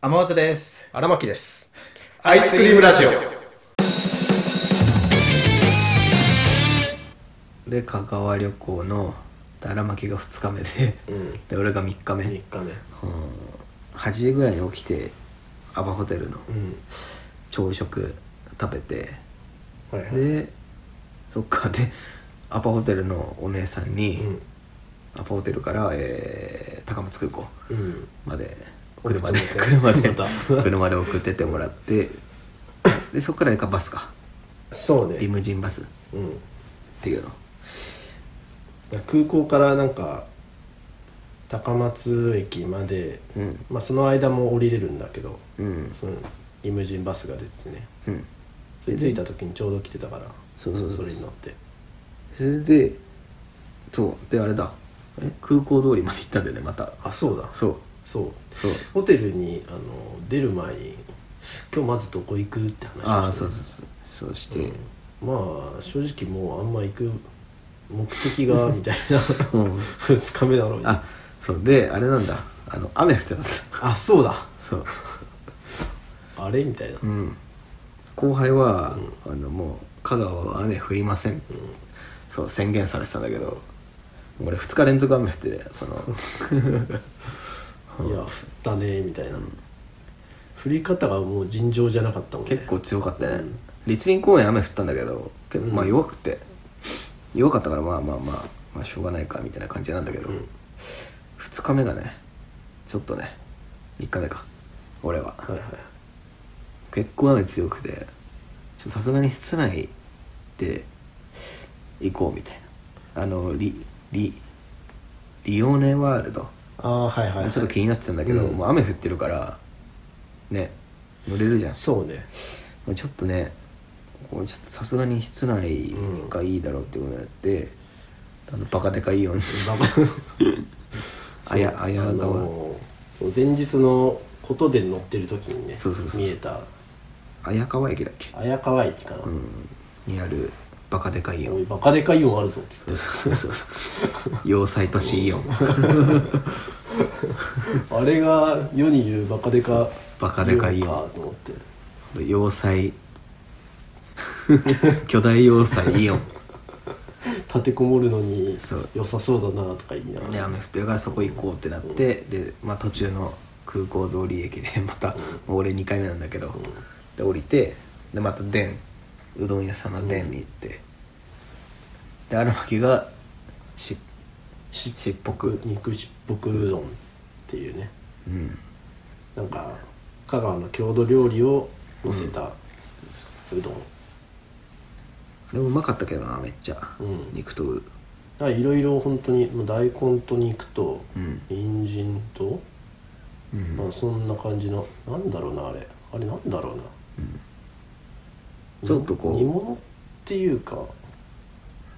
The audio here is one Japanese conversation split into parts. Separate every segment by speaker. Speaker 1: 天松です
Speaker 2: 荒牧です
Speaker 1: アイスクリームラジオで香川旅行の荒巻が2日目で
Speaker 2: うん
Speaker 1: で俺が3日目、う
Speaker 2: 3
Speaker 1: ん
Speaker 2: 日目
Speaker 1: 8時ぐらいに起きてアバホテルの
Speaker 2: うん
Speaker 1: 朝食食べて
Speaker 2: はいはい
Speaker 1: でそっかでアパホテルのお姉さんに、
Speaker 2: うん
Speaker 1: アパホテルから、えー高松空港
Speaker 2: うん
Speaker 1: まで車で
Speaker 2: 送って
Speaker 1: 車
Speaker 2: もらっ
Speaker 1: で
Speaker 2: てまた
Speaker 1: 車で送ってってもらってでそっからかバスか
Speaker 2: そう
Speaker 1: リ
Speaker 2: ね
Speaker 1: ムジンバスっ
Speaker 2: うん
Speaker 1: ていうの
Speaker 2: 空港からなんか高松駅まで
Speaker 1: うん
Speaker 2: まあその間も降りれるんだけど
Speaker 1: うん
Speaker 2: そのリムジンバスが出てね
Speaker 1: うん
Speaker 2: それ着いた時にちょうど来てたから
Speaker 1: そうそうそう
Speaker 2: れに乗って
Speaker 1: それでそうであれだえ空港通りまで行ったんだよねまた
Speaker 2: あそうだ
Speaker 1: そう
Speaker 2: そう
Speaker 1: そう
Speaker 2: ホテルにあの出る前に今日まずどこ行くって話をして
Speaker 1: ああそうそうそうそうして
Speaker 2: まあ正直もうあんま行く目的 がみたいな
Speaker 1: うん
Speaker 2: 2日目なのに
Speaker 1: あそうであれなんだあの雨降ってたんだ
Speaker 2: あそうだ
Speaker 1: そう
Speaker 2: あれみたいな、
Speaker 1: うん、後輩は、あのもう香川は雨降りません、そう宣言されてたんだけど俺2日連続雨降ってそ の
Speaker 2: いや降ったねみたいな、降り方がもう尋常じゃなかったもんね
Speaker 1: 結構強かったね、
Speaker 2: うん
Speaker 1: 立林公園雨降ったんだけど結構まあ
Speaker 2: うん
Speaker 1: 弱くて、弱かったからまあまあまあまあしょうがないかみたいな感じなんだけど、
Speaker 2: うん
Speaker 1: 2日目がねちょっとね3日目か俺は
Speaker 2: はいはい
Speaker 1: 結構雨強くてちょっとさすがに室内で行こうみたいなあのリリリオネワールド、
Speaker 2: ああはいはい、はい、
Speaker 1: ちょっと気になってたんだけど、
Speaker 2: うん
Speaker 1: もう雨降ってるからね乗れるじゃん
Speaker 2: そうね
Speaker 1: もうちょっとねここちょっとさすがに室内がいいだろうってことになって、あのバカでかいように
Speaker 2: ババ
Speaker 1: あやあや
Speaker 2: あ
Speaker 1: 川
Speaker 2: のそう前日のことで乗ってる時にね
Speaker 1: そうそうそうそう
Speaker 2: 見えた
Speaker 1: 綾川駅だっけ、
Speaker 2: 綾川駅かな、
Speaker 1: うん、にあるバカでかいよ
Speaker 2: おいバカでかいイオンあるぞっつって
Speaker 1: そうそうそうそう 要塞都市イオン
Speaker 2: あれが世に言うバカデカ
Speaker 1: バカデカイオン
Speaker 2: かと思って
Speaker 1: 要塞 巨大要塞イオン
Speaker 2: 立てこもるのに
Speaker 1: そう
Speaker 2: 良さそうだなとか言いなが
Speaker 1: で
Speaker 2: ら
Speaker 1: 雨降ってるからそこ行こうってなってで、まあ、途中の空港通り駅で また、もう俺2回目なんだけど、で降りてでまたでんうどん屋さんのでんに行って、で荒牧がし
Speaker 2: し
Speaker 1: しっぽく
Speaker 2: 肉しっぽくうどんっていうね
Speaker 1: うん
Speaker 2: なんか香川の郷土料理をのせたうどん、
Speaker 1: あれもうまかったけどなめっちゃ、
Speaker 2: うん
Speaker 1: 肉とう
Speaker 2: だからいろいろ本当にもう大根と肉と
Speaker 1: うん
Speaker 2: 人参と、
Speaker 1: うん
Speaker 2: まあ、そんな感じのなんだろうなあれあれなんだろうな
Speaker 1: ちょっとこう
Speaker 2: 煮物っていうか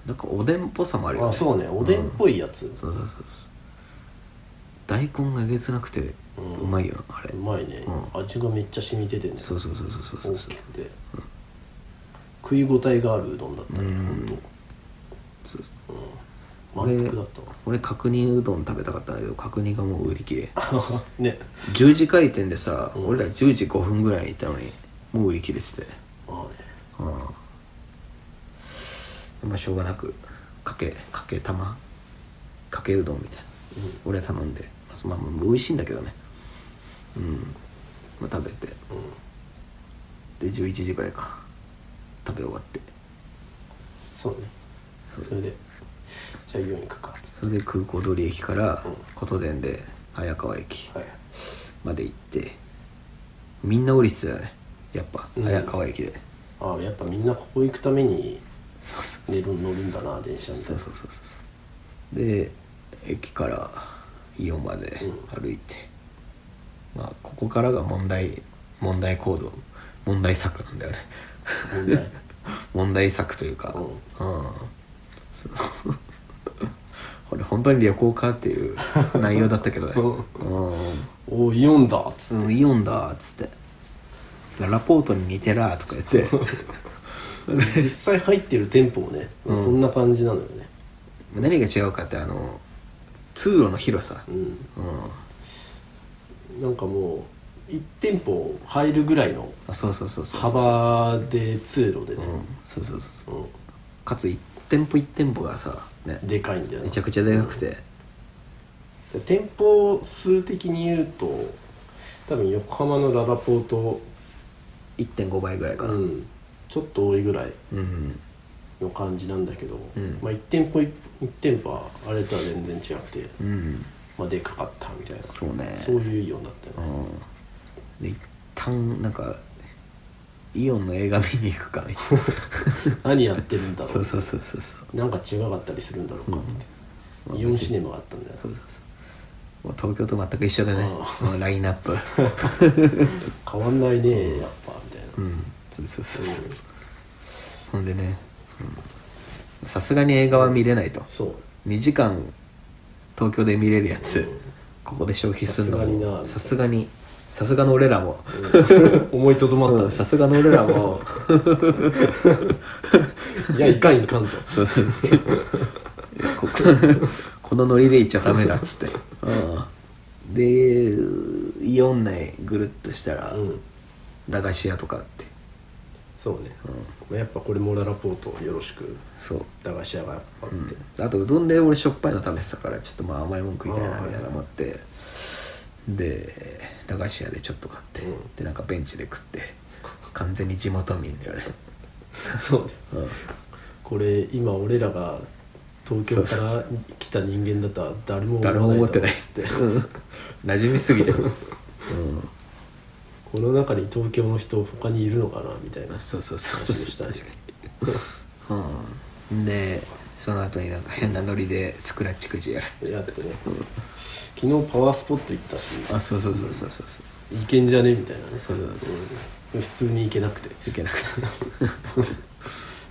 Speaker 1: なんかおでんっぽさもあるよね
Speaker 2: あそうねおでんっぽいやつ、
Speaker 1: そうそうそうそう大根がえげつなくて
Speaker 2: うん
Speaker 1: うまいよなあれ、
Speaker 2: うまいね、
Speaker 1: う
Speaker 2: 味がめっちゃ染みててね
Speaker 1: そうそうそうそうそうそう
Speaker 2: 大きくて、食い応えがあるうどんだったね、
Speaker 1: うん
Speaker 2: ほん
Speaker 1: そうそう
Speaker 2: と満腹だった
Speaker 1: 俺角煮うどん食べたかったんだけど角煮がもう売り切れ
Speaker 2: わ ね
Speaker 1: 10時開店でさ、
Speaker 2: うん
Speaker 1: 俺ら10時5分ぐらいに行ったのにもう売り切れてて
Speaker 2: まあね
Speaker 1: うんまあしょうがなくかけかけ玉かけうどんみたいな、俺は頼んでまあまあ美味しいんだけどねうん、まあ、食べて
Speaker 2: うん
Speaker 1: で11時ぐらいか食べ終わって
Speaker 2: そうねそれでじゃあイオン行くかっつっ
Speaker 1: それで空港通り駅から
Speaker 2: うん
Speaker 1: 琴電で早川駅
Speaker 2: てはい
Speaker 1: まで行ってみんな降りてたよねやっぱ
Speaker 2: うん
Speaker 1: 早川駅で、
Speaker 2: ああやっぱみんなここ行くために
Speaker 1: そうそう
Speaker 2: 寝る乗るんだな電車みたい
Speaker 1: そう
Speaker 2: な
Speaker 1: そうそうそうそうで駅からイオンまで歩いて、まあここからが問題問題行動問題作なんだよね
Speaker 2: 問題
Speaker 1: 問題作というか
Speaker 2: う
Speaker 1: うん
Speaker 2: ん、
Speaker 1: そう これ本当に旅行かっていう内容だったけどねう
Speaker 2: おおイオンだっつって
Speaker 1: ん、うん、イオンだっつってララポートに似てらーとか言って
Speaker 2: 実際入ってる店舗もね、まあ
Speaker 1: うん
Speaker 2: そんな感じなのよね
Speaker 1: 何が違うかってあの通路の広さ
Speaker 2: うん
Speaker 1: うん
Speaker 2: なんかもう1店舗入るぐらいの
Speaker 1: あそうそうそうそうそう
Speaker 2: 幅で通路で
Speaker 1: う
Speaker 2: ね、
Speaker 1: んそうそうそう
Speaker 2: うん
Speaker 1: かつ一店舗一店舗がさね
Speaker 2: でかいんだよな
Speaker 1: めちゃくちゃでかくて
Speaker 2: で店舗数的に言うと多分横浜のララポート
Speaker 1: 1.5倍ぐらいかな
Speaker 2: うんちょっと多いぐらい
Speaker 1: うん
Speaker 2: の感じなんだけど、
Speaker 1: うん
Speaker 2: まあ1店舗 1, 店舗はあれとは全然違くて、
Speaker 1: うん
Speaker 2: まあ、でかかったみたいな
Speaker 1: そうね
Speaker 2: そういうようになったよね
Speaker 1: うんで一旦なんかイオンの映画見に行くか みたい
Speaker 2: 何やってるんだ
Speaker 1: な
Speaker 2: ろう
Speaker 1: そうそうそうそうそう
Speaker 2: なんか違かったりするんだろうかって、
Speaker 1: うん
Speaker 2: イオンシネマがあったんだよ
Speaker 1: そうそうそうもう東京と全く一緒だね
Speaker 2: う
Speaker 1: うんラインナップ
Speaker 2: 変わんないねやっぱみたいな、
Speaker 1: うんそうそうそうそうほんでねうんさすがに映画は見れないと
Speaker 2: そう
Speaker 1: 2時間東京で見れるやつ、
Speaker 2: うん
Speaker 1: ここで消費するの
Speaker 2: さすがになみたい
Speaker 1: も
Speaker 2: な
Speaker 1: さすがにさすがの俺らも
Speaker 2: 思いとどまった
Speaker 1: う
Speaker 2: ね
Speaker 1: んさすがの俺ら も
Speaker 2: いやいかんいかんと
Speaker 1: そう そうここのノリで行っちゃダメだっつって、うん、でイオン内ぐるっとしたら、
Speaker 2: うん
Speaker 1: 駄菓子屋とかあって
Speaker 2: そうね、まあやっぱこれもララポートよろしく
Speaker 1: そう、
Speaker 2: 駄菓子屋がやっぱあって、
Speaker 1: あとうどんで俺しょっぱいの食べてたからちょっとまあ甘いもん食いたいなみたいな思って、で駄菓子屋でちょっと買って、
Speaker 2: うん
Speaker 1: でなんかベンチで食って完全に地元民だよ ね、
Speaker 2: そうね
Speaker 1: うん
Speaker 2: これ今俺らが東京から来た人間だったら誰も
Speaker 1: 誰も思ってないっ
Speaker 2: っ
Speaker 1: つ
Speaker 2: て
Speaker 1: って馴染みすぎても、
Speaker 2: この中に東京の人他にいるのかなみたい
Speaker 1: うん、
Speaker 2: な
Speaker 1: そうそうそうそう
Speaker 2: 話
Speaker 1: そ
Speaker 2: を
Speaker 1: う
Speaker 2: した
Speaker 1: うん、でその後になんか変なノリでスクラッチくじやる
Speaker 2: やってね昨日パワースポット行ったし
Speaker 1: あそうそうそうそうそうそう
Speaker 2: 行けんじゃねみたいなね
Speaker 1: そうそうそう
Speaker 2: うん普通に行けなくて
Speaker 1: いけなくて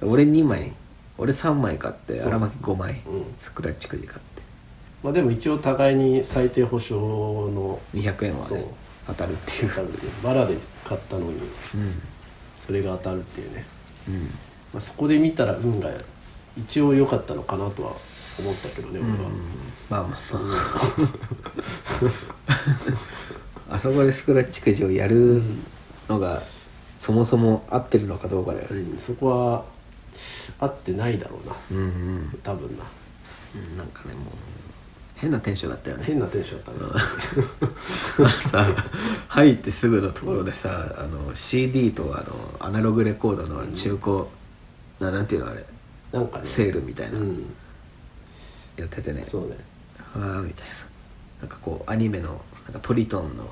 Speaker 1: 俺2枚俺3枚買って荒牧5枚、
Speaker 2: うん
Speaker 1: スクラッチくじ買って
Speaker 2: まあでも一応互いに最低保証の
Speaker 1: 200円は
Speaker 2: そう
Speaker 1: ね当たるっていう
Speaker 2: 当たるっていうバラで買ったの
Speaker 1: う
Speaker 2: に
Speaker 1: ん
Speaker 2: それが当たるっていうね、
Speaker 1: うん
Speaker 2: まあ、そこで見たら運が一応良かったのかなとは思ったけどね俺は、
Speaker 1: まあまあま ああそこでスクラッチくじをやるのがそもそも合ってるのかどうかだよ
Speaker 2: う
Speaker 1: ね
Speaker 2: んそこは合ってないだろうな
Speaker 1: うんうん
Speaker 2: 多分な
Speaker 1: うんなんかねもう変なテンションだったよね
Speaker 2: 変なテンションだったね
Speaker 1: さ入ってすぐのところでさあの CD とあのアナログレコードの中古、ななんていうのあれ
Speaker 2: なんかね
Speaker 1: セールみたいな、
Speaker 2: うん
Speaker 1: やっててね
Speaker 2: そうね
Speaker 1: ああみたいななんかこうアニメのなんかトリトンの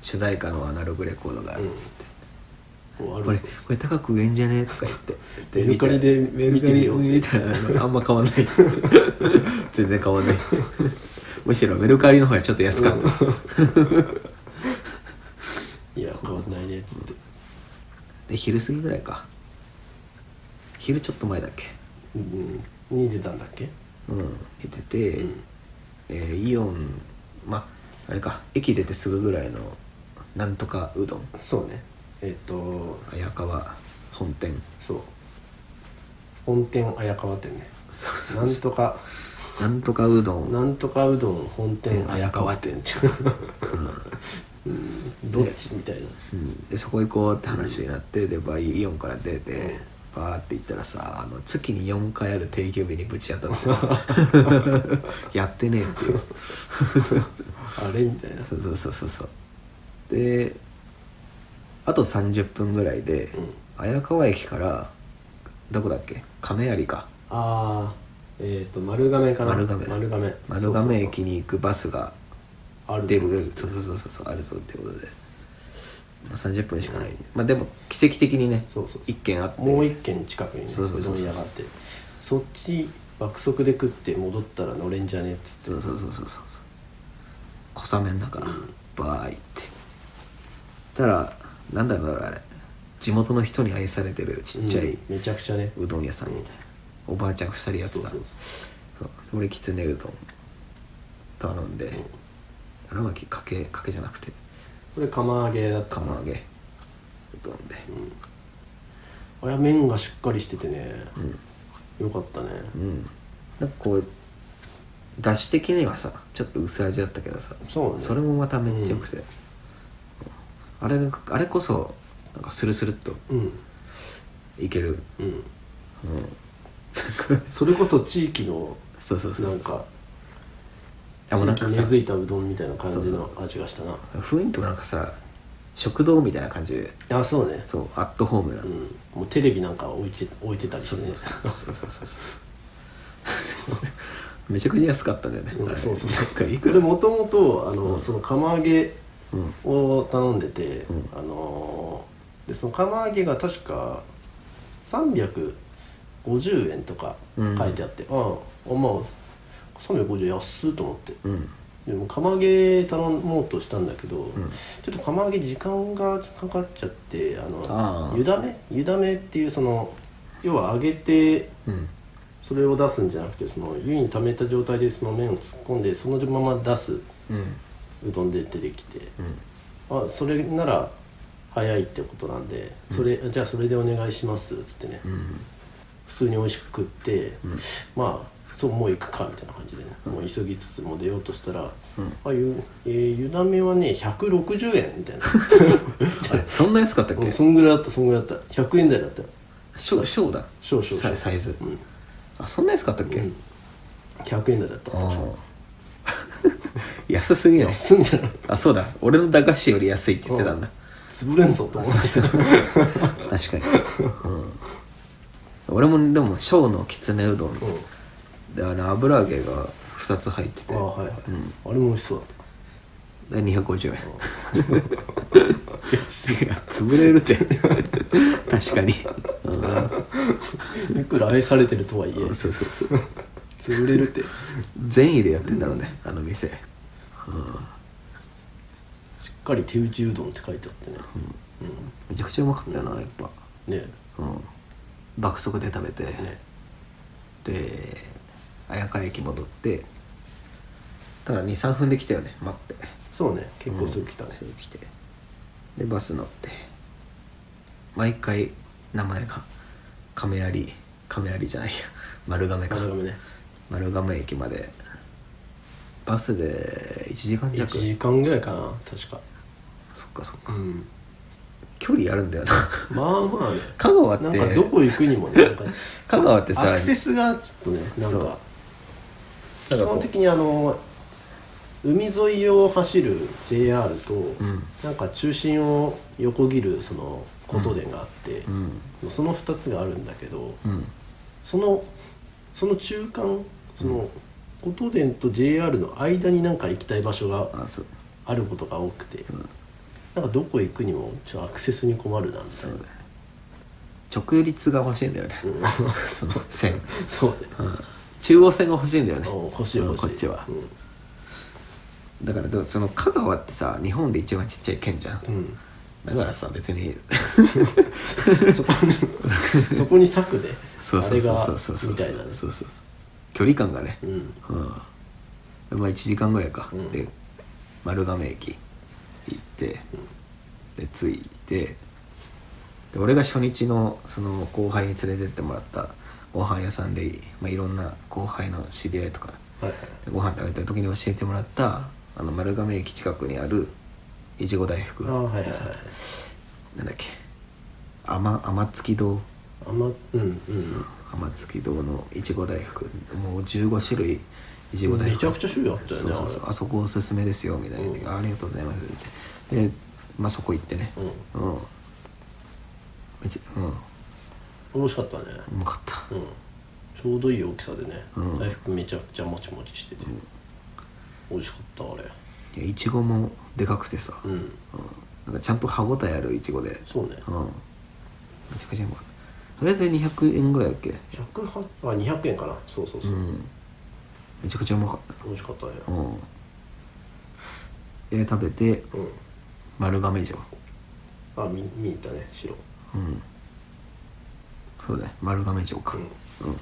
Speaker 1: 主題歌のアナログレコードがあるっつって、
Speaker 2: こ
Speaker 1: これこれ高く売れんじゃねとか言って
Speaker 2: メルカリで
Speaker 1: メルカリを見たらあんま変わんない 全然変わんない むしろメルカリの方がちょっと安かった、
Speaker 2: いや変わんないねっつって、
Speaker 1: で昼過ぎぐらいか昼ちょっと前だっけ
Speaker 2: うんうん、に出たんだっけ
Speaker 1: うん出てて、
Speaker 2: うん
Speaker 1: えーイオンまああれか駅出てすぐぐらいのなんとかうどん
Speaker 2: そうねえっ、と
Speaker 1: 綾川本店
Speaker 2: そう本店綾川店ね
Speaker 1: そう
Speaker 2: なんとか
Speaker 1: なんとかうどん
Speaker 2: なんとかうどん本店
Speaker 1: 綾
Speaker 2: 綾
Speaker 1: 川
Speaker 2: 川
Speaker 1: 店
Speaker 2: 店って、うん、どっちみたいな
Speaker 1: うんでそこ行こうって話になってでバイイオンから出て、
Speaker 2: うん
Speaker 1: バーって行ったらさあの月に4回ある定休日にぶち当たってさ やってねえっていう
Speaker 2: あれみたいな
Speaker 1: そうそうそうそうそうであと30分ぐらいで、
Speaker 2: ん
Speaker 1: 綾川駅からどこだっけ亀有か
Speaker 2: ああえっ、と丸亀かな
Speaker 1: 丸亀
Speaker 2: 丸亀
Speaker 1: 丸亀
Speaker 2: そうそう
Speaker 1: 駅に行くバスが
Speaker 2: そうある
Speaker 1: 出る
Speaker 2: です
Speaker 1: そうそうそうそうあるぞってことで、まあ、30分しかない、まあでも奇跡的にね
Speaker 2: そうそうそう
Speaker 1: 一軒あって
Speaker 2: もう一軒近くにね
Speaker 1: そうそうそうそう
Speaker 2: どん屋があってそっち爆速で食って戻ったら乗れんじゃねっつって
Speaker 1: そうそうそうそうそう小雨の中バー行ってたらなんだろうなあれ地元の人に愛されてるちっちゃい、
Speaker 2: うんめちゃくちゃね
Speaker 1: うどん屋さんみたいなおばあちゃん2人やって
Speaker 2: そう
Speaker 1: た
Speaker 2: そう
Speaker 1: そう俺きつねうどん頼んで荒巻かけかけじゃなくて
Speaker 2: これ釜揚げだった
Speaker 1: 釜揚げうどんで
Speaker 2: あいや麺がしっかりしててね、よかったね、
Speaker 1: うんなんかこうだし的にはさちょっと薄味だったけどさ
Speaker 2: そうね
Speaker 1: れもまためっちゃよくて、あれあれこそなんかスルスルっと
Speaker 2: うん
Speaker 1: いける、
Speaker 2: うん
Speaker 1: うん、
Speaker 2: それこそ地域の
Speaker 1: そうそうそう
Speaker 2: な
Speaker 1: そうん
Speaker 2: か
Speaker 1: あもうなん
Speaker 2: 地
Speaker 1: か
Speaker 2: 域
Speaker 1: さ
Speaker 2: 根付いたうどんみたいな感じの味がしたな
Speaker 1: 雰囲気とかなんかさ食堂みたいな感じで
Speaker 2: あそうね
Speaker 1: そうアットホームな、
Speaker 2: うんもうテレビなんか置いて置いてたりして
Speaker 1: そう
Speaker 2: ね
Speaker 1: そうそうそうそうそうそうめちゃくちゃ安かったんだよね、
Speaker 2: うん
Speaker 1: あれ
Speaker 2: そうそうそう
Speaker 1: なんかいく
Speaker 2: こ
Speaker 1: ら
Speaker 2: れもともとあの、
Speaker 1: うん
Speaker 2: その釜揚げ
Speaker 1: うん
Speaker 2: を頼んでて、
Speaker 1: うん
Speaker 2: あのーでその釜揚げが確か350円とか書いてあって、ああまあ350円安っと思って
Speaker 1: うん
Speaker 2: でも釜揚げ頼もうとしたんだけど、
Speaker 1: ん
Speaker 2: ちょっと釜揚げ時間がかかっちゃってあの
Speaker 1: ああ
Speaker 2: 湯だめ湯だめっていうその要は揚げて
Speaker 1: うん
Speaker 2: それを出すんじゃなくてその湯に溜めた状態でその麺を突っ込んでそのまま出すう
Speaker 1: うん
Speaker 2: どんで出てきて、
Speaker 1: うん
Speaker 2: あそれなら早いってことなんでそれ、じゃあそれでお願いしますっつってね、
Speaker 1: うん
Speaker 2: 普通に美味しく食って、
Speaker 1: ん
Speaker 2: まあそうもう行くかみたいな感じでね、もう急ぎつつもう出ようとしたら、
Speaker 1: うん
Speaker 2: あゆえー、湯だめはね160円みたいな
Speaker 1: あれそんな安かったっ
Speaker 2: うん
Speaker 1: け
Speaker 2: そんぐらいだったそんぐらいだった100円台だったよ
Speaker 1: 小小だ
Speaker 2: 小小
Speaker 1: サイサイズ、
Speaker 2: うん、
Speaker 1: あそんな安かったっけ、
Speaker 2: うん、100円台だった
Speaker 1: あー安すぎない
Speaker 2: 安んだら
Speaker 1: あそうだ俺の駄菓子より安いって言ってたんだ、
Speaker 2: 潰れんぞと思って
Speaker 1: 確かに、うん、俺もでも小のきつねうどん、
Speaker 2: う
Speaker 1: であの油揚げが2つ入ってて
Speaker 2: ん、ああはいはい、
Speaker 1: うん
Speaker 2: あれも美味しそうだっ
Speaker 1: で250円
Speaker 2: た安い
Speaker 1: いや潰れるって 確かに、
Speaker 2: いくら愛されてるとはいえ
Speaker 1: うん、そうそうそう
Speaker 2: 潰れるって
Speaker 1: 善意でやってんだろうねあの店
Speaker 2: しっかり手打ちうどんって書いてあってね、
Speaker 1: めちゃくちゃうまかったよなやっぱ、
Speaker 2: ね
Speaker 1: うん、爆速で食べて、
Speaker 2: ね
Speaker 1: で綾川駅戻ってただ23分で来たよね待って
Speaker 2: そうね結構すぐ来たね
Speaker 1: うん、すぐ来てでバス乗って毎回名前が亀有亀有じゃないや丸亀か
Speaker 2: 丸亀ね
Speaker 1: 丸亀駅までバスで1時間
Speaker 2: 1
Speaker 1: 弱
Speaker 2: 時間ぐらいかな確か
Speaker 1: そっかそっか
Speaker 2: うん
Speaker 1: 距離あるんだよな
Speaker 2: まあまあね
Speaker 1: 香川って
Speaker 2: なんかどこ行くにもねなんか
Speaker 1: 香川ってさ
Speaker 2: アクセスがちょっとねなん
Speaker 1: そう
Speaker 2: か
Speaker 1: な
Speaker 2: 基
Speaker 1: んかこう
Speaker 2: 本的にあの海沿いを走る JR と、
Speaker 1: ん
Speaker 2: なんか中心を横切るその琴電があって、
Speaker 1: うん
Speaker 2: その2つがあるんだけど、
Speaker 1: うん
Speaker 2: そのその中間その琴電と JR の間になんか行きたい場所が
Speaker 1: あそう
Speaker 2: あることが多くて、なんかどこ行くにもちょっとアクセスに困るなみた
Speaker 1: そ
Speaker 2: いうな
Speaker 1: だね直立が欲しいんだよね、その線、
Speaker 2: そうね
Speaker 1: うん中央線が欲しいんだよね
Speaker 2: お欲しい欲し
Speaker 1: う
Speaker 2: い、
Speaker 1: んこっちは
Speaker 2: うん
Speaker 1: だからでもその香川ってさ日本で一番ちっちゃい県じゃん、だからさ別に
Speaker 2: そこにそこに柵で
Speaker 1: そう
Speaker 2: あ
Speaker 1: そう
Speaker 2: れ
Speaker 1: そう
Speaker 2: が
Speaker 1: そうそうそう
Speaker 2: みたいなね
Speaker 1: そうそうそう距離感がね
Speaker 2: うん
Speaker 1: うん、まあ1時間ぐらいか、
Speaker 2: うん
Speaker 1: で丸亀駅行って、で着いてで俺が初日のその後輩に連れてってもらったご飯屋さんで、まあ、いろんな後輩の知り合いとか
Speaker 2: はいはい
Speaker 1: ご飯食べてる時に教えてもらったあの丸亀駅近くにあるいちご大福
Speaker 2: あー
Speaker 1: なんだ
Speaker 2: はいはいはい
Speaker 1: っけ天天月堂
Speaker 2: あんまうんうん
Speaker 1: 天月堂のいちご大福もう15種類いちご大福
Speaker 2: めちゃくちゃ種類あったよ
Speaker 1: そ
Speaker 2: ね
Speaker 1: うそうそうあそこおすすめですよみたいな、
Speaker 2: うん
Speaker 1: ありがとうございますってで、まあ、そこ行ってね
Speaker 2: あれ
Speaker 1: うん、めちゃうんう
Speaker 2: うん美味しかったね
Speaker 1: まかった
Speaker 2: うんちょうどいい大きさでね、
Speaker 1: うん
Speaker 2: 大福めちゃくちゃもちもちしてて、美味しかったあれ
Speaker 1: いやいちごもでかくてさ、うん
Speaker 2: うん
Speaker 1: なんかちゃんと歯応えあるいちごでう
Speaker 2: そうね
Speaker 1: んめちゃくちゃうまかったそれで200円ぐらいだっけ
Speaker 2: 108あ200円かなそうそうそうう、
Speaker 1: んめちゃくちゃうまかっ
Speaker 2: 美味しかったね
Speaker 1: たうんで食べて
Speaker 2: うん、
Speaker 1: 丸亀城
Speaker 2: あ見見に行ったね白
Speaker 1: うんそうだね丸亀城か
Speaker 2: う
Speaker 1: う
Speaker 2: ん
Speaker 1: ん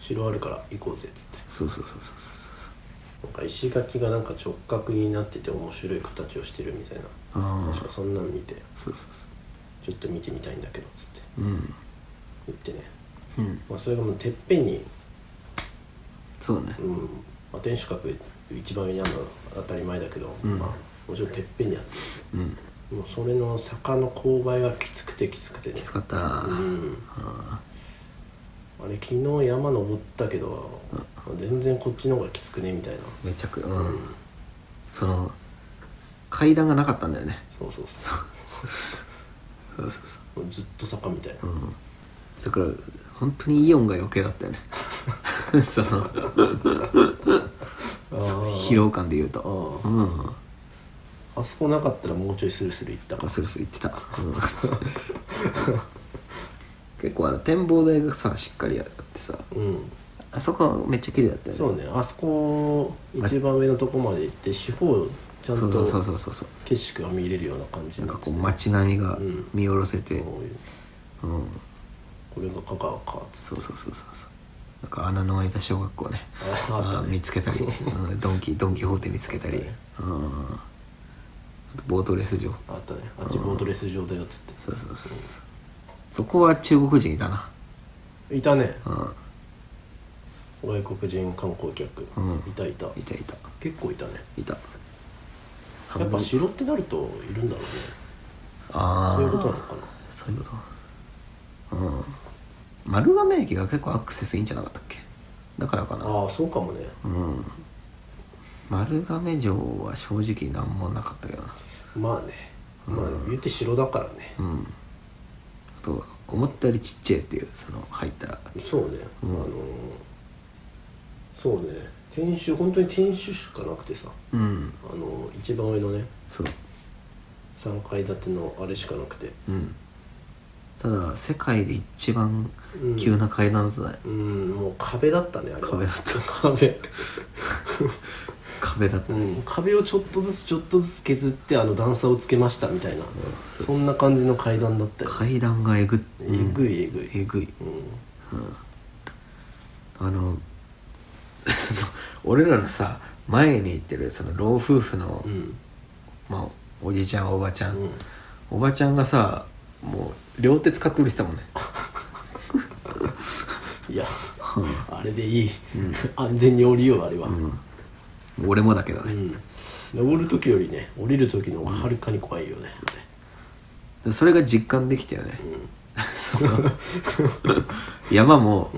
Speaker 2: 白あるから行こうぜっつって
Speaker 1: そうそうそうそうそうそう
Speaker 2: なんか石垣がなんか直角になってて面白い形をしてるみたいな
Speaker 1: ああ
Speaker 2: 確かそんなん見て
Speaker 1: そうそうそ
Speaker 2: ちょっと見てみたいんだけどっつって
Speaker 1: ううん
Speaker 2: 言ってね、
Speaker 1: うん
Speaker 2: まあ、それがもうてっぺんに、
Speaker 1: そうね
Speaker 2: うんまあ、天守閣一番上にあるのは当たり前だけど、
Speaker 1: うん
Speaker 2: まあ、もちろんてっぺんにあって
Speaker 1: うん
Speaker 2: もうそれの坂の勾配がきつくてきつくてね
Speaker 1: きつかったな
Speaker 2: うん
Speaker 1: あ
Speaker 2: あれ昨日山登ったけど、全然こっちの方がきつくねみたいな
Speaker 1: ーめちゃくうん、その階段がなかったんだよね
Speaker 2: そうそうそ
Speaker 1: そうそうそう
Speaker 2: もうずっと坂みたいな
Speaker 1: う、うんだから本当にイオンが余計だったよ ねその
Speaker 2: あー
Speaker 1: 疲労感で言う
Speaker 2: あ
Speaker 1: と
Speaker 2: ー
Speaker 1: うん
Speaker 2: あそこなかったらもうちょいスルスル行った
Speaker 1: なんか
Speaker 2: か
Speaker 1: らそれそれ言ってた、 うん結構あの展望台がさしっかりあってさ
Speaker 2: うん
Speaker 1: あそこはめっちゃ綺麗だったよね
Speaker 2: そうねあそこ一番上のとこまで行って四方ちゃん
Speaker 1: そうそうそう
Speaker 2: と
Speaker 1: そうそうそう
Speaker 2: 景色が見れるような感じ
Speaker 1: な
Speaker 2: に
Speaker 1: ん
Speaker 2: な
Speaker 1: か
Speaker 2: って
Speaker 1: こ
Speaker 2: て
Speaker 1: う街並みが
Speaker 2: うん
Speaker 1: 見下ろせて、
Speaker 2: こういう
Speaker 1: うん
Speaker 2: これが香川かつ
Speaker 1: そうそうそうそうそうなんか穴の開いた小学校ね
Speaker 2: ああった
Speaker 1: ー
Speaker 2: ね
Speaker 1: 見つけたり、うん、ドンキドン・キホーテ見つけたり、
Speaker 2: あったね
Speaker 1: うんあとボートレース場
Speaker 2: あったねあっちボートレース場だよっつっ
Speaker 1: そうそうそうそこは中国人いたな
Speaker 2: ていたね
Speaker 1: う
Speaker 2: 外国人観光客、
Speaker 1: うん
Speaker 2: いたいた
Speaker 1: んいたいた
Speaker 2: 結構いたね
Speaker 1: いた
Speaker 2: やっぱ城ってなるといるんだろうね
Speaker 1: ああ
Speaker 2: そういうことなのか
Speaker 1: そういうことうん丸亀駅が結構アクセスいいんじゃなかったっけだからか
Speaker 2: な
Speaker 1: な
Speaker 2: ああそうかもね
Speaker 1: うん丸亀城は正直何もなかったけどな
Speaker 2: まあねまあ言って城だからね
Speaker 1: うんあと思ったよりちっちゃいっていうその入ったら
Speaker 2: そうね、
Speaker 1: うん
Speaker 2: あのーそうね天守本当に天守しかなくてさ
Speaker 1: うん
Speaker 2: あのー一番上のね
Speaker 1: そう
Speaker 2: 3階建てのあれしかなくて
Speaker 1: うんただ世界で一番
Speaker 2: うん
Speaker 1: 急な階段だったね、
Speaker 2: うんもう壁だったねあれは
Speaker 1: 壁だった
Speaker 2: 壁
Speaker 1: 壁だった、
Speaker 2: うん、壁をちょっとずつちょっとずつ削ってあの段差をつけましたみたいな、
Speaker 1: そう
Speaker 2: そんな感じの階段だったよ
Speaker 1: 階段がえぐっ
Speaker 2: えぐ
Speaker 1: い
Speaker 2: いえぐい、
Speaker 1: えぐい
Speaker 2: うん、
Speaker 1: あのその俺らのさ前に行ってるその老夫婦の、
Speaker 2: うん
Speaker 1: まあ、おじちゃんおばちゃん、
Speaker 2: うん
Speaker 1: おばちゃんがさもう両手使って降りてたもんね
Speaker 2: いやあれでいい、 安全に降りようあれは、
Speaker 1: うん俺もだけど
Speaker 2: う
Speaker 1: ね、
Speaker 2: ん、登る時よりね降りる時の方がはるかに怖いよね、
Speaker 1: でそれが実感できたよね、その山も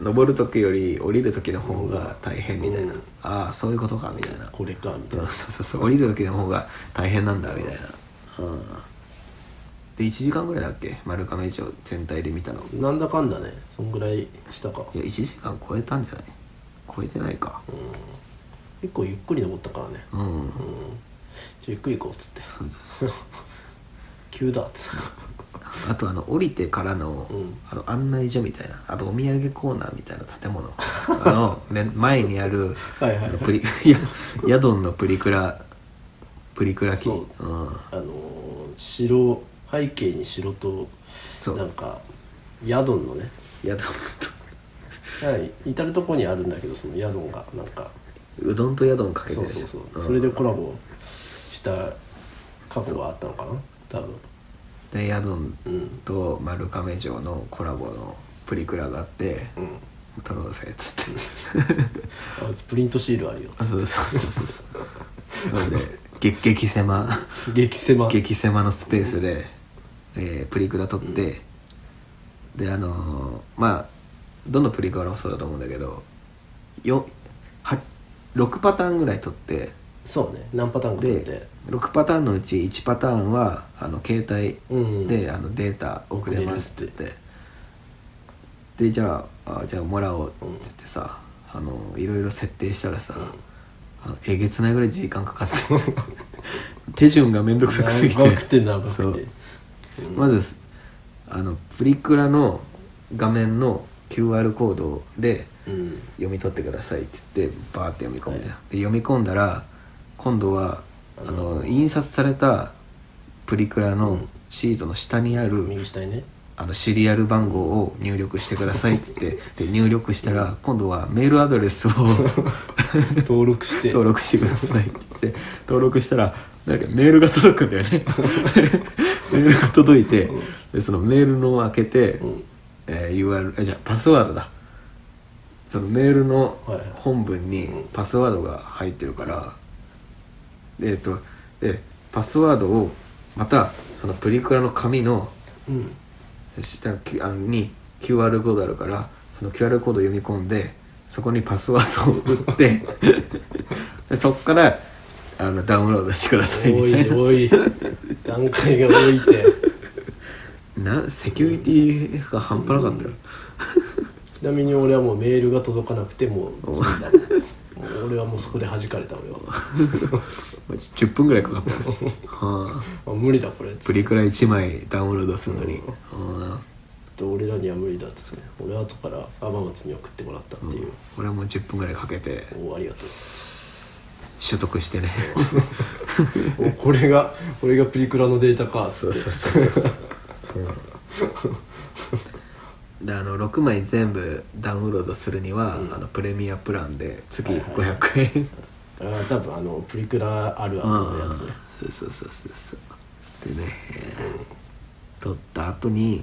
Speaker 1: 登る時より降りる時の方が大変みたいな、
Speaker 2: うん
Speaker 1: ああそういうことかみたいな、
Speaker 2: これかみたい
Speaker 1: うん
Speaker 2: な、
Speaker 1: そうそうそう降りる時の方が大変なんだみたいな、うん、で1時間ぐらいだっけ丸亀城全体で見たのい
Speaker 2: なんだかんだねそんぐらいしたか、うん、
Speaker 1: や1時間超えたんじゃない超えてないか
Speaker 2: 結構ゆっくり登ったからね、
Speaker 1: うん、
Speaker 2: うん、ちょゆっくり行こうっつって
Speaker 1: そうそうそう
Speaker 2: 急だっつって
Speaker 1: あとあの降りてからの,、
Speaker 2: うん
Speaker 1: あの案内所みたいなあとお土産コーナーみたいな建物あの、ね、前にある
Speaker 2: はいはいはい
Speaker 1: あのプリ いやヤドンのプリクラプリクラ機
Speaker 2: そう
Speaker 1: うん、
Speaker 2: あのー白背景に白と
Speaker 1: そう
Speaker 2: なんかヤドンのね
Speaker 1: ヤドン
Speaker 2: はい至る所にあるんだけどそのヤドンがなんか
Speaker 1: とうどんとヤドンかけて
Speaker 2: そう
Speaker 1: るでし
Speaker 2: そ
Speaker 1: ょ
Speaker 2: うそう、
Speaker 1: ん
Speaker 2: それでコラボした過去があったのかな多分
Speaker 1: でヤドン
Speaker 2: うん
Speaker 1: と丸亀城のコラボのプリクラがあって
Speaker 2: うん
Speaker 1: 「太郎ぜ」っつって
Speaker 2: あいつプリントシールあるよ
Speaker 1: そうそうそうそうなんでげ激狭
Speaker 2: 激狭
Speaker 1: 激狭のスペースで、えープリクラ撮って、であのーまあどのプリクラもそうだと思うんだけどよは6パターンぐらい撮って
Speaker 2: そうね何パターンか撮って
Speaker 1: で6パターンのうち1パターンはあの携帯
Speaker 2: うん
Speaker 1: で、あのデータ送れますって言ってでじゃああじゃあもらおうっつってさ、あのいろいろ設定したらさ、あのえげつないぐらい時間かかって 手順がめんどくさくすぎて
Speaker 2: 長くて長
Speaker 1: そ
Speaker 2: くて
Speaker 1: うまずすあのプリクラの画面の QR コードで
Speaker 2: うん
Speaker 1: 読み取ってくださいって言ってバーって読み込むじゃん、で読み込んだら今度はあの印刷されたプリクラのシートの下にある、
Speaker 2: 右 下にね
Speaker 1: あのシリアル番号を入力してくださいって言ってで入力したら今度はメールアドレスを
Speaker 2: 登録して
Speaker 1: 登録してくださいって言って登録したらなんかメールが届くんだよ ねメールが届いてでそのメールのを開けて、
Speaker 2: うん
Speaker 1: えー URL あじゃあパスワードだそのメールの
Speaker 2: はいはい
Speaker 1: 本文にパスワードが入ってるから、でえっとでパスワードをまたそのプリクラの紙の
Speaker 2: うん
Speaker 1: 下のきあのに QR コードあるからその QR コード読み込んでそこにパスワードを打ってで そこからあのダウンロードしてください
Speaker 2: 多
Speaker 1: みたい
Speaker 2: い多い段階が多いって
Speaker 1: ななセキュリティが半端なかったよ、
Speaker 2: ちなみに俺はもうメールが届かなくてもう済んだもんもう俺はもうそこで弾かれた俺 は、
Speaker 1: 10分ぐらいかかったよ、 はあ、
Speaker 2: あ、無理だこれっつ
Speaker 1: プ
Speaker 2: っ
Speaker 1: リクラ1枚ダウンロードするのに、うん
Speaker 2: て俺らには無理だっつって俺は後から天松に送ってもらったっていう、
Speaker 1: 俺はもう10分ぐらいかけて
Speaker 2: おおありがと
Speaker 1: 取得してね
Speaker 2: うおこれがこれがプリクラのデータかっつって
Speaker 1: そうそうそうそう、であの6枚全部ダウンロードするには、あのプレミアプランで月
Speaker 2: はいはい
Speaker 1: 500円、
Speaker 2: あー多分あのプリクラあるあるのやつね
Speaker 1: うんそうそうそうそうそうでね、えー撮った後に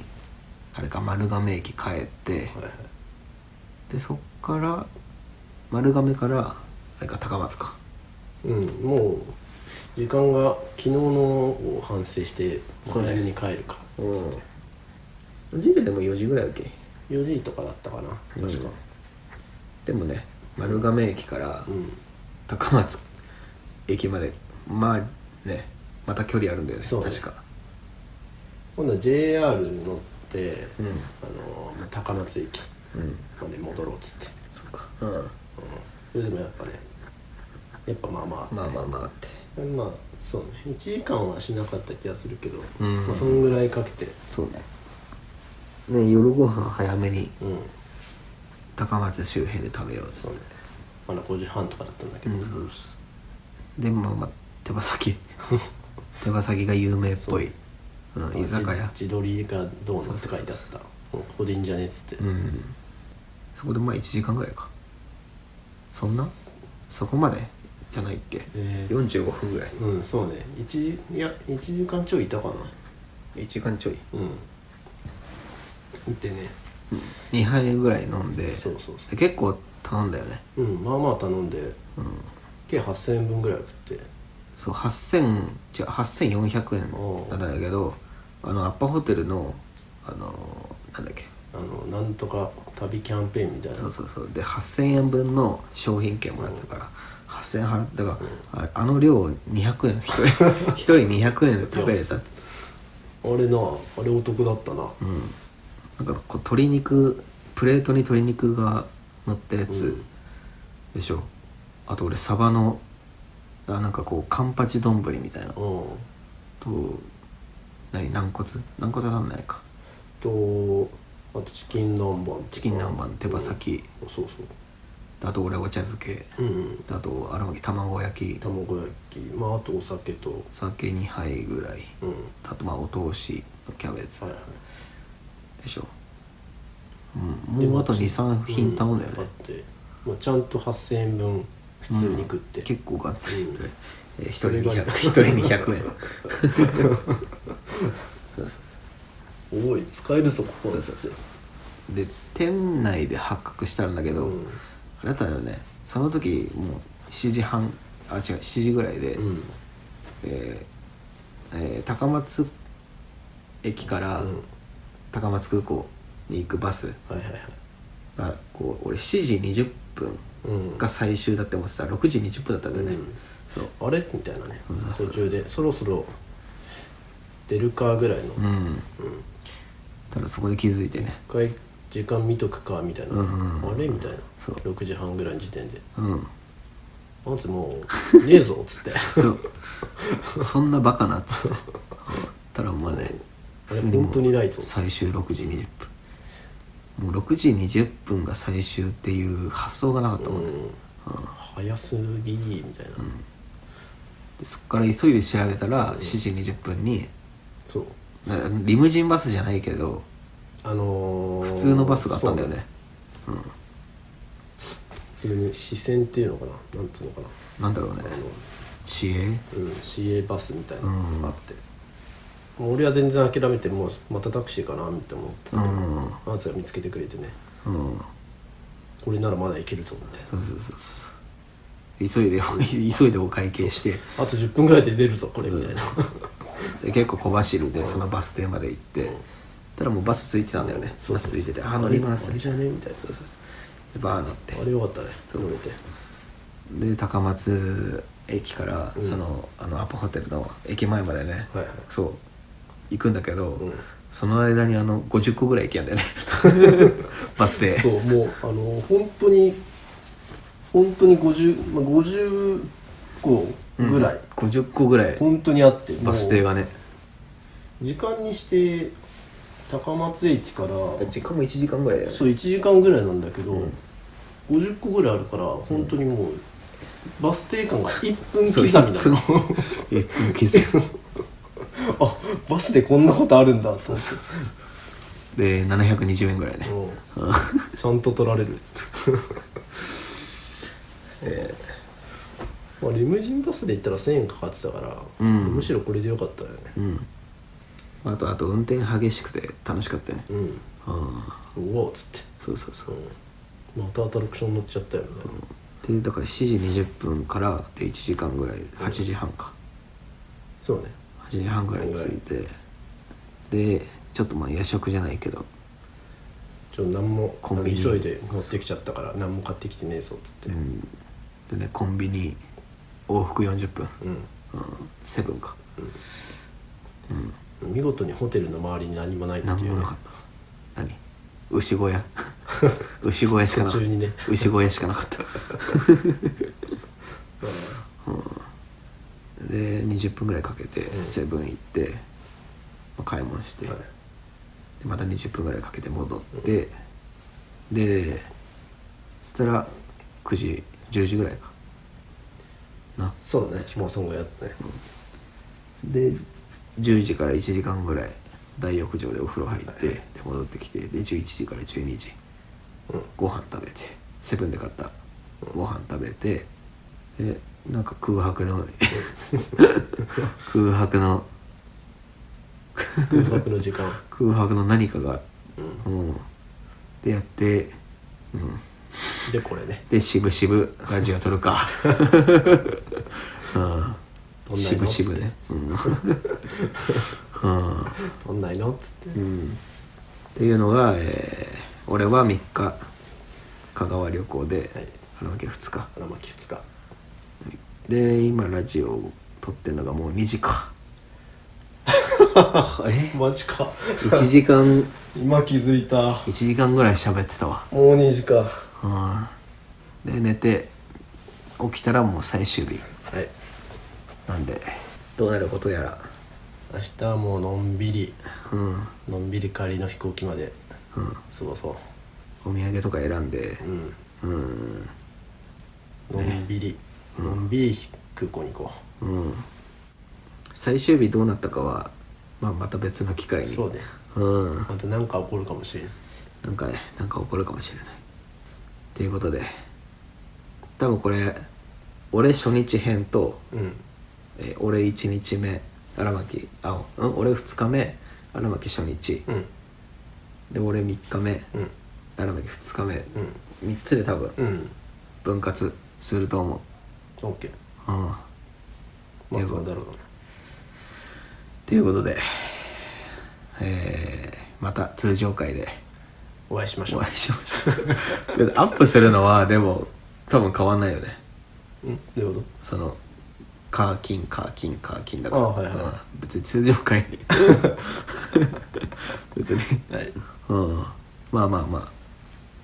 Speaker 1: あれか丸亀駅帰って、
Speaker 2: はいはい
Speaker 1: でそっから丸亀からあれか高松か
Speaker 2: うんもう時間が昨日のを反省して
Speaker 1: そう
Speaker 2: 早
Speaker 1: ね
Speaker 2: めに帰るか
Speaker 1: うん時点でも4時ぐらいだっけ
Speaker 2: 4時とかだったかな確か
Speaker 1: でもね丸亀駅から
Speaker 2: うん
Speaker 1: 高松駅までまあねまた距離あるんだよね
Speaker 2: そうね
Speaker 1: 確か
Speaker 2: 今度は JR に乗って
Speaker 1: うん
Speaker 2: あのー高松駅
Speaker 1: うん
Speaker 2: まで戻ろうっつって、
Speaker 1: そうかうん
Speaker 2: うん、それでもやっぱねやっぱまあまあ
Speaker 1: まあまあまあって
Speaker 2: まあそうね1時間はしなかった気がするけど、
Speaker 1: うん
Speaker 2: まあ、そんぐらいかけて
Speaker 1: そうねね夜ご飯早めに
Speaker 2: うん
Speaker 1: 高松周辺で食べようっつ
Speaker 2: そ
Speaker 1: っ
Speaker 2: うね
Speaker 1: て
Speaker 2: まだ5時半とかだったんだけ
Speaker 1: う
Speaker 2: ど、
Speaker 1: んそうですでまあまあ手羽 先手羽先が有名っぽいうん居酒屋
Speaker 2: 自自撮りがどう
Speaker 1: そ
Speaker 2: のって書いてあった
Speaker 1: うそうそう
Speaker 2: もうここでいいんじゃねえっつって、
Speaker 1: うんそこでまあ1時間ぐらいかそんなそこまでじゃないっけ
Speaker 2: えー
Speaker 1: 45分ぐらい
Speaker 2: うんそうね1時いや1時間ちょいいたかな
Speaker 1: 1時間ちょい
Speaker 2: うんでね
Speaker 1: 2杯ぐらい飲んで
Speaker 2: そうそうそ
Speaker 1: で結構頼んだよね
Speaker 2: ううんまあまあ頼んで
Speaker 1: うん
Speaker 2: 計8000円分ぐらい食って
Speaker 1: そう8000違う8400円だったんだけどあのアッパホテルのあのなんだっけ
Speaker 2: あのなんとか旅キャンペーンみたいな
Speaker 1: そうそうそうで8000円分の商品券もらってたから8000円払ってだからああの量を200円1人 一人200円で食べれた
Speaker 2: あれなあれお得だったな
Speaker 1: うん、なんかこう鶏肉プレートに鶏肉が乗ったやつでしょ、あと俺サバのあなんかこうカンパチ丼みたいな
Speaker 2: う
Speaker 1: と
Speaker 2: ん
Speaker 1: 何軟骨軟骨はなんないか
Speaker 2: とあとチキン南蛮とか
Speaker 1: チキン南蛮手羽先
Speaker 2: うんそうそう
Speaker 1: あと俺お茶漬け
Speaker 2: うんうん
Speaker 1: あとあらまき卵焼き
Speaker 2: 卵焼きまああとお酒と
Speaker 1: 酒2杯ぐらい
Speaker 2: うん
Speaker 1: あとまあお通しのキャベツ
Speaker 2: はいはい
Speaker 1: でしょ、うん、もうあと23品頼んだよね、
Speaker 2: うあって、まあ、ちゃんと8000円分普通に食って、
Speaker 1: 結構がっつり食って、えー一人
Speaker 2: それが
Speaker 1: 200一人200円
Speaker 2: おい使えるぞここ
Speaker 1: そうそうで店内で発覚したんだけど、
Speaker 2: うん
Speaker 1: あれだったよねその時もう7時半あ違う7時ぐらいで、
Speaker 2: うん
Speaker 1: えーえー高松駅から
Speaker 2: うん
Speaker 1: 高松空港に行くバス
Speaker 2: はいはいはい
Speaker 1: がこう俺7時20分
Speaker 2: うん
Speaker 1: が最終だって思ってたら6時20分だったんだよね、
Speaker 2: うん
Speaker 1: そう
Speaker 2: あれみたいなね
Speaker 1: そうそうそ
Speaker 2: 途
Speaker 1: う
Speaker 2: 中でそろそろ出るかぐらいの、
Speaker 1: う
Speaker 2: 一
Speaker 1: んただそこで気づいてね
Speaker 2: 回時間見とくかみたいな、
Speaker 1: うんうんうん
Speaker 2: あれみたいな
Speaker 1: そう
Speaker 2: 6時半ぐらいの時点で
Speaker 1: うん
Speaker 2: 「あんつもうねえぞ」っつって
Speaker 1: そうそんなバカなっつってたらまあね
Speaker 2: あれ本当にないぞ
Speaker 1: 最終6時20分もう6時20分が最終っていう発想がなかったもんね、
Speaker 2: うん早すぎみたいな、
Speaker 1: でそっから急いで調べたら7時20分に
Speaker 2: そう
Speaker 1: なリムジンバスじゃないけど
Speaker 2: あのー
Speaker 1: 普通のバスがあったんだよね
Speaker 2: そう普通に視線っていうのかななんつうのかな
Speaker 1: なんだろうね
Speaker 2: あの
Speaker 1: 市営
Speaker 2: うん、CA バスみたいな
Speaker 1: う
Speaker 2: の
Speaker 1: ん
Speaker 2: があって、もう俺は全然諦めてもうまたタクシーかなって思ってたけ
Speaker 1: う
Speaker 2: ど、
Speaker 1: んうん
Speaker 2: あんつが見つけてくれてね
Speaker 1: そう
Speaker 2: これならまだいけるぞみたいな
Speaker 1: そうそうそうそう急いで 急いでお会計して
Speaker 2: あと10分ぐらいで出るぞこれみたいな、
Speaker 1: で結構小走りでそのバス停まで行ってたらもうバスついてたんだよね
Speaker 2: そう
Speaker 1: バ
Speaker 2: そう
Speaker 1: ス
Speaker 2: そ
Speaker 1: つ
Speaker 2: う
Speaker 1: いてて「あ乗ります」
Speaker 2: あ
Speaker 1: み
Speaker 2: れ
Speaker 1: たい
Speaker 2: じゃ
Speaker 1: な
Speaker 2: ねみたいな
Speaker 1: そうそうそうでバー乗って
Speaker 2: あれよかったね
Speaker 1: そう
Speaker 2: 飲めて
Speaker 1: で高松駅から
Speaker 2: うん
Speaker 1: その,、あのアパホテルの駅前までね、
Speaker 2: はいはい
Speaker 1: そう行くんだけど、
Speaker 2: うん
Speaker 1: その間にあの50個ぐらい行けんだ よねバス停
Speaker 2: そうもうあの本当に本当に50、まあ、50個ぐらい、
Speaker 1: うん、50個ぐらい
Speaker 2: 本当にあってもう
Speaker 1: バス停がね
Speaker 2: 時間にして高松駅から
Speaker 1: 時間も1時間ぐらいだよね
Speaker 2: そう1時間ぐらいなんだけど、
Speaker 1: うん
Speaker 2: 50個ぐらいあるから本当にもう、バス停間が1分刻
Speaker 1: そう
Speaker 2: みなの
Speaker 1: えうん刻み
Speaker 2: あバスでこんなことあるんだそうそうそ
Speaker 1: で720円ぐらいね、
Speaker 2: う、うんちゃんと取られる まあ、リムジンバスで行ったら1000円かかってたから、
Speaker 1: うん
Speaker 2: むしろこれでよかったよね
Speaker 1: うんあとあと運転激しくて楽しかったよね
Speaker 2: うん
Speaker 1: うん
Speaker 2: うわっつって
Speaker 1: そうそうそう
Speaker 2: うんまたアトラクション乗っちゃったよね、
Speaker 1: でだから7時20分からで1時間ぐらい8時半か
Speaker 2: そうね
Speaker 1: 8時半ぐらいに着いてでちょっとまあ夜食じゃないけど
Speaker 2: ちょっと何も
Speaker 1: コンビニ
Speaker 2: 急いで持ってきちゃったから何も買ってきてねえぞっつって
Speaker 1: うんでねコンビニ往復40分、
Speaker 2: うん、
Speaker 1: うん、セブンか
Speaker 2: 見事にホテルの周りに何もないっていう
Speaker 1: 何
Speaker 2: ね
Speaker 1: もなかった何牛小屋 牛小屋しかなか
Speaker 2: 途
Speaker 1: っ
Speaker 2: 中にね
Speaker 1: た牛小屋しかなかったで20分ぐらいかけて
Speaker 2: うん
Speaker 1: セブン行って、まあ買い物して、
Speaker 2: はい
Speaker 1: でまた20分ぐらいかけて戻って、でそしたら9時10時ぐらいかな
Speaker 2: そうだねもうそんぐらいやったね
Speaker 1: で10時から1時間ぐらい大浴場でお風呂入って、
Speaker 2: はい
Speaker 1: で戻ってきてで11時から12時
Speaker 2: うん
Speaker 1: ご飯食べてセブンで買ったご飯食べてでなんか空白の空白の
Speaker 2: 空白の時間
Speaker 1: 空白の何かが
Speaker 2: うん
Speaker 1: うんでやってうん
Speaker 2: でこれね
Speaker 1: で渋々ラジオ撮るかうん
Speaker 2: どんな色
Speaker 1: 渋々ねうんうん
Speaker 2: どんないのっつって
Speaker 1: うんっていうのが、えー俺は3日香川旅行で
Speaker 2: はい
Speaker 1: 花巻2日
Speaker 2: 荒巻2日
Speaker 1: で今ラジオを撮ってるのがもう2時か え
Speaker 2: マジか
Speaker 1: 1時間
Speaker 2: 今気づいた
Speaker 1: 1時間ぐらい喋ってたわ
Speaker 2: もう2時かは
Speaker 1: うんで寝て起きたらもう最終日
Speaker 2: い
Speaker 1: なんでどうなることやら
Speaker 2: 明日はもうのんびり
Speaker 1: うんうん
Speaker 2: のんびり帰りの飛行機まで過ごそ
Speaker 1: お土産とか選んで
Speaker 2: ううん
Speaker 1: うん
Speaker 2: のんびり、のんびり空港に行こ
Speaker 1: うん最終日どうなったかは、まあ、また別の機会
Speaker 2: う
Speaker 1: に
Speaker 2: そうね
Speaker 1: うん
Speaker 2: また何か起こるかもしれん
Speaker 1: なんかねなんか起こるかもしれないということで多分これ俺初日編と、
Speaker 2: うん
Speaker 1: えー俺1日目荒牧あ、うん、俺2日目荒牧初日
Speaker 2: うん
Speaker 1: で俺3日目
Speaker 2: うん
Speaker 1: 荒牧2日目
Speaker 2: うん
Speaker 1: 3つで多分
Speaker 2: うん
Speaker 1: 分割すると思
Speaker 2: OK
Speaker 1: ううんっ
Speaker 2: まあそうだろう
Speaker 1: ていうことでえーまた通常回で
Speaker 2: お会いしましょ
Speaker 1: お
Speaker 2: う
Speaker 1: 会いしましょうアップするのはでも多分変わんないよね
Speaker 2: うんどういうこ
Speaker 1: そのカーキンカーキンカーキンだか
Speaker 2: あ
Speaker 1: ら
Speaker 2: はいはい
Speaker 1: うん別に通常回 に別に
Speaker 2: とはい、
Speaker 1: うんまあまあまあ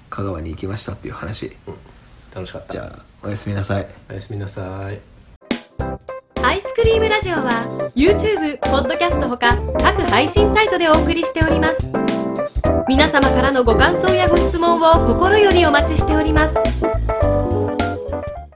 Speaker 1: 香川に行きましたっていう話
Speaker 2: うん、楽しかった
Speaker 1: じゃあおやすみなさい
Speaker 2: おやすみなさい
Speaker 3: アイスクリームラジオは YouTube、ポッドキャストほか各配信サイトでお送りしております皆様からのご感想やご質問を心よりお待ちしております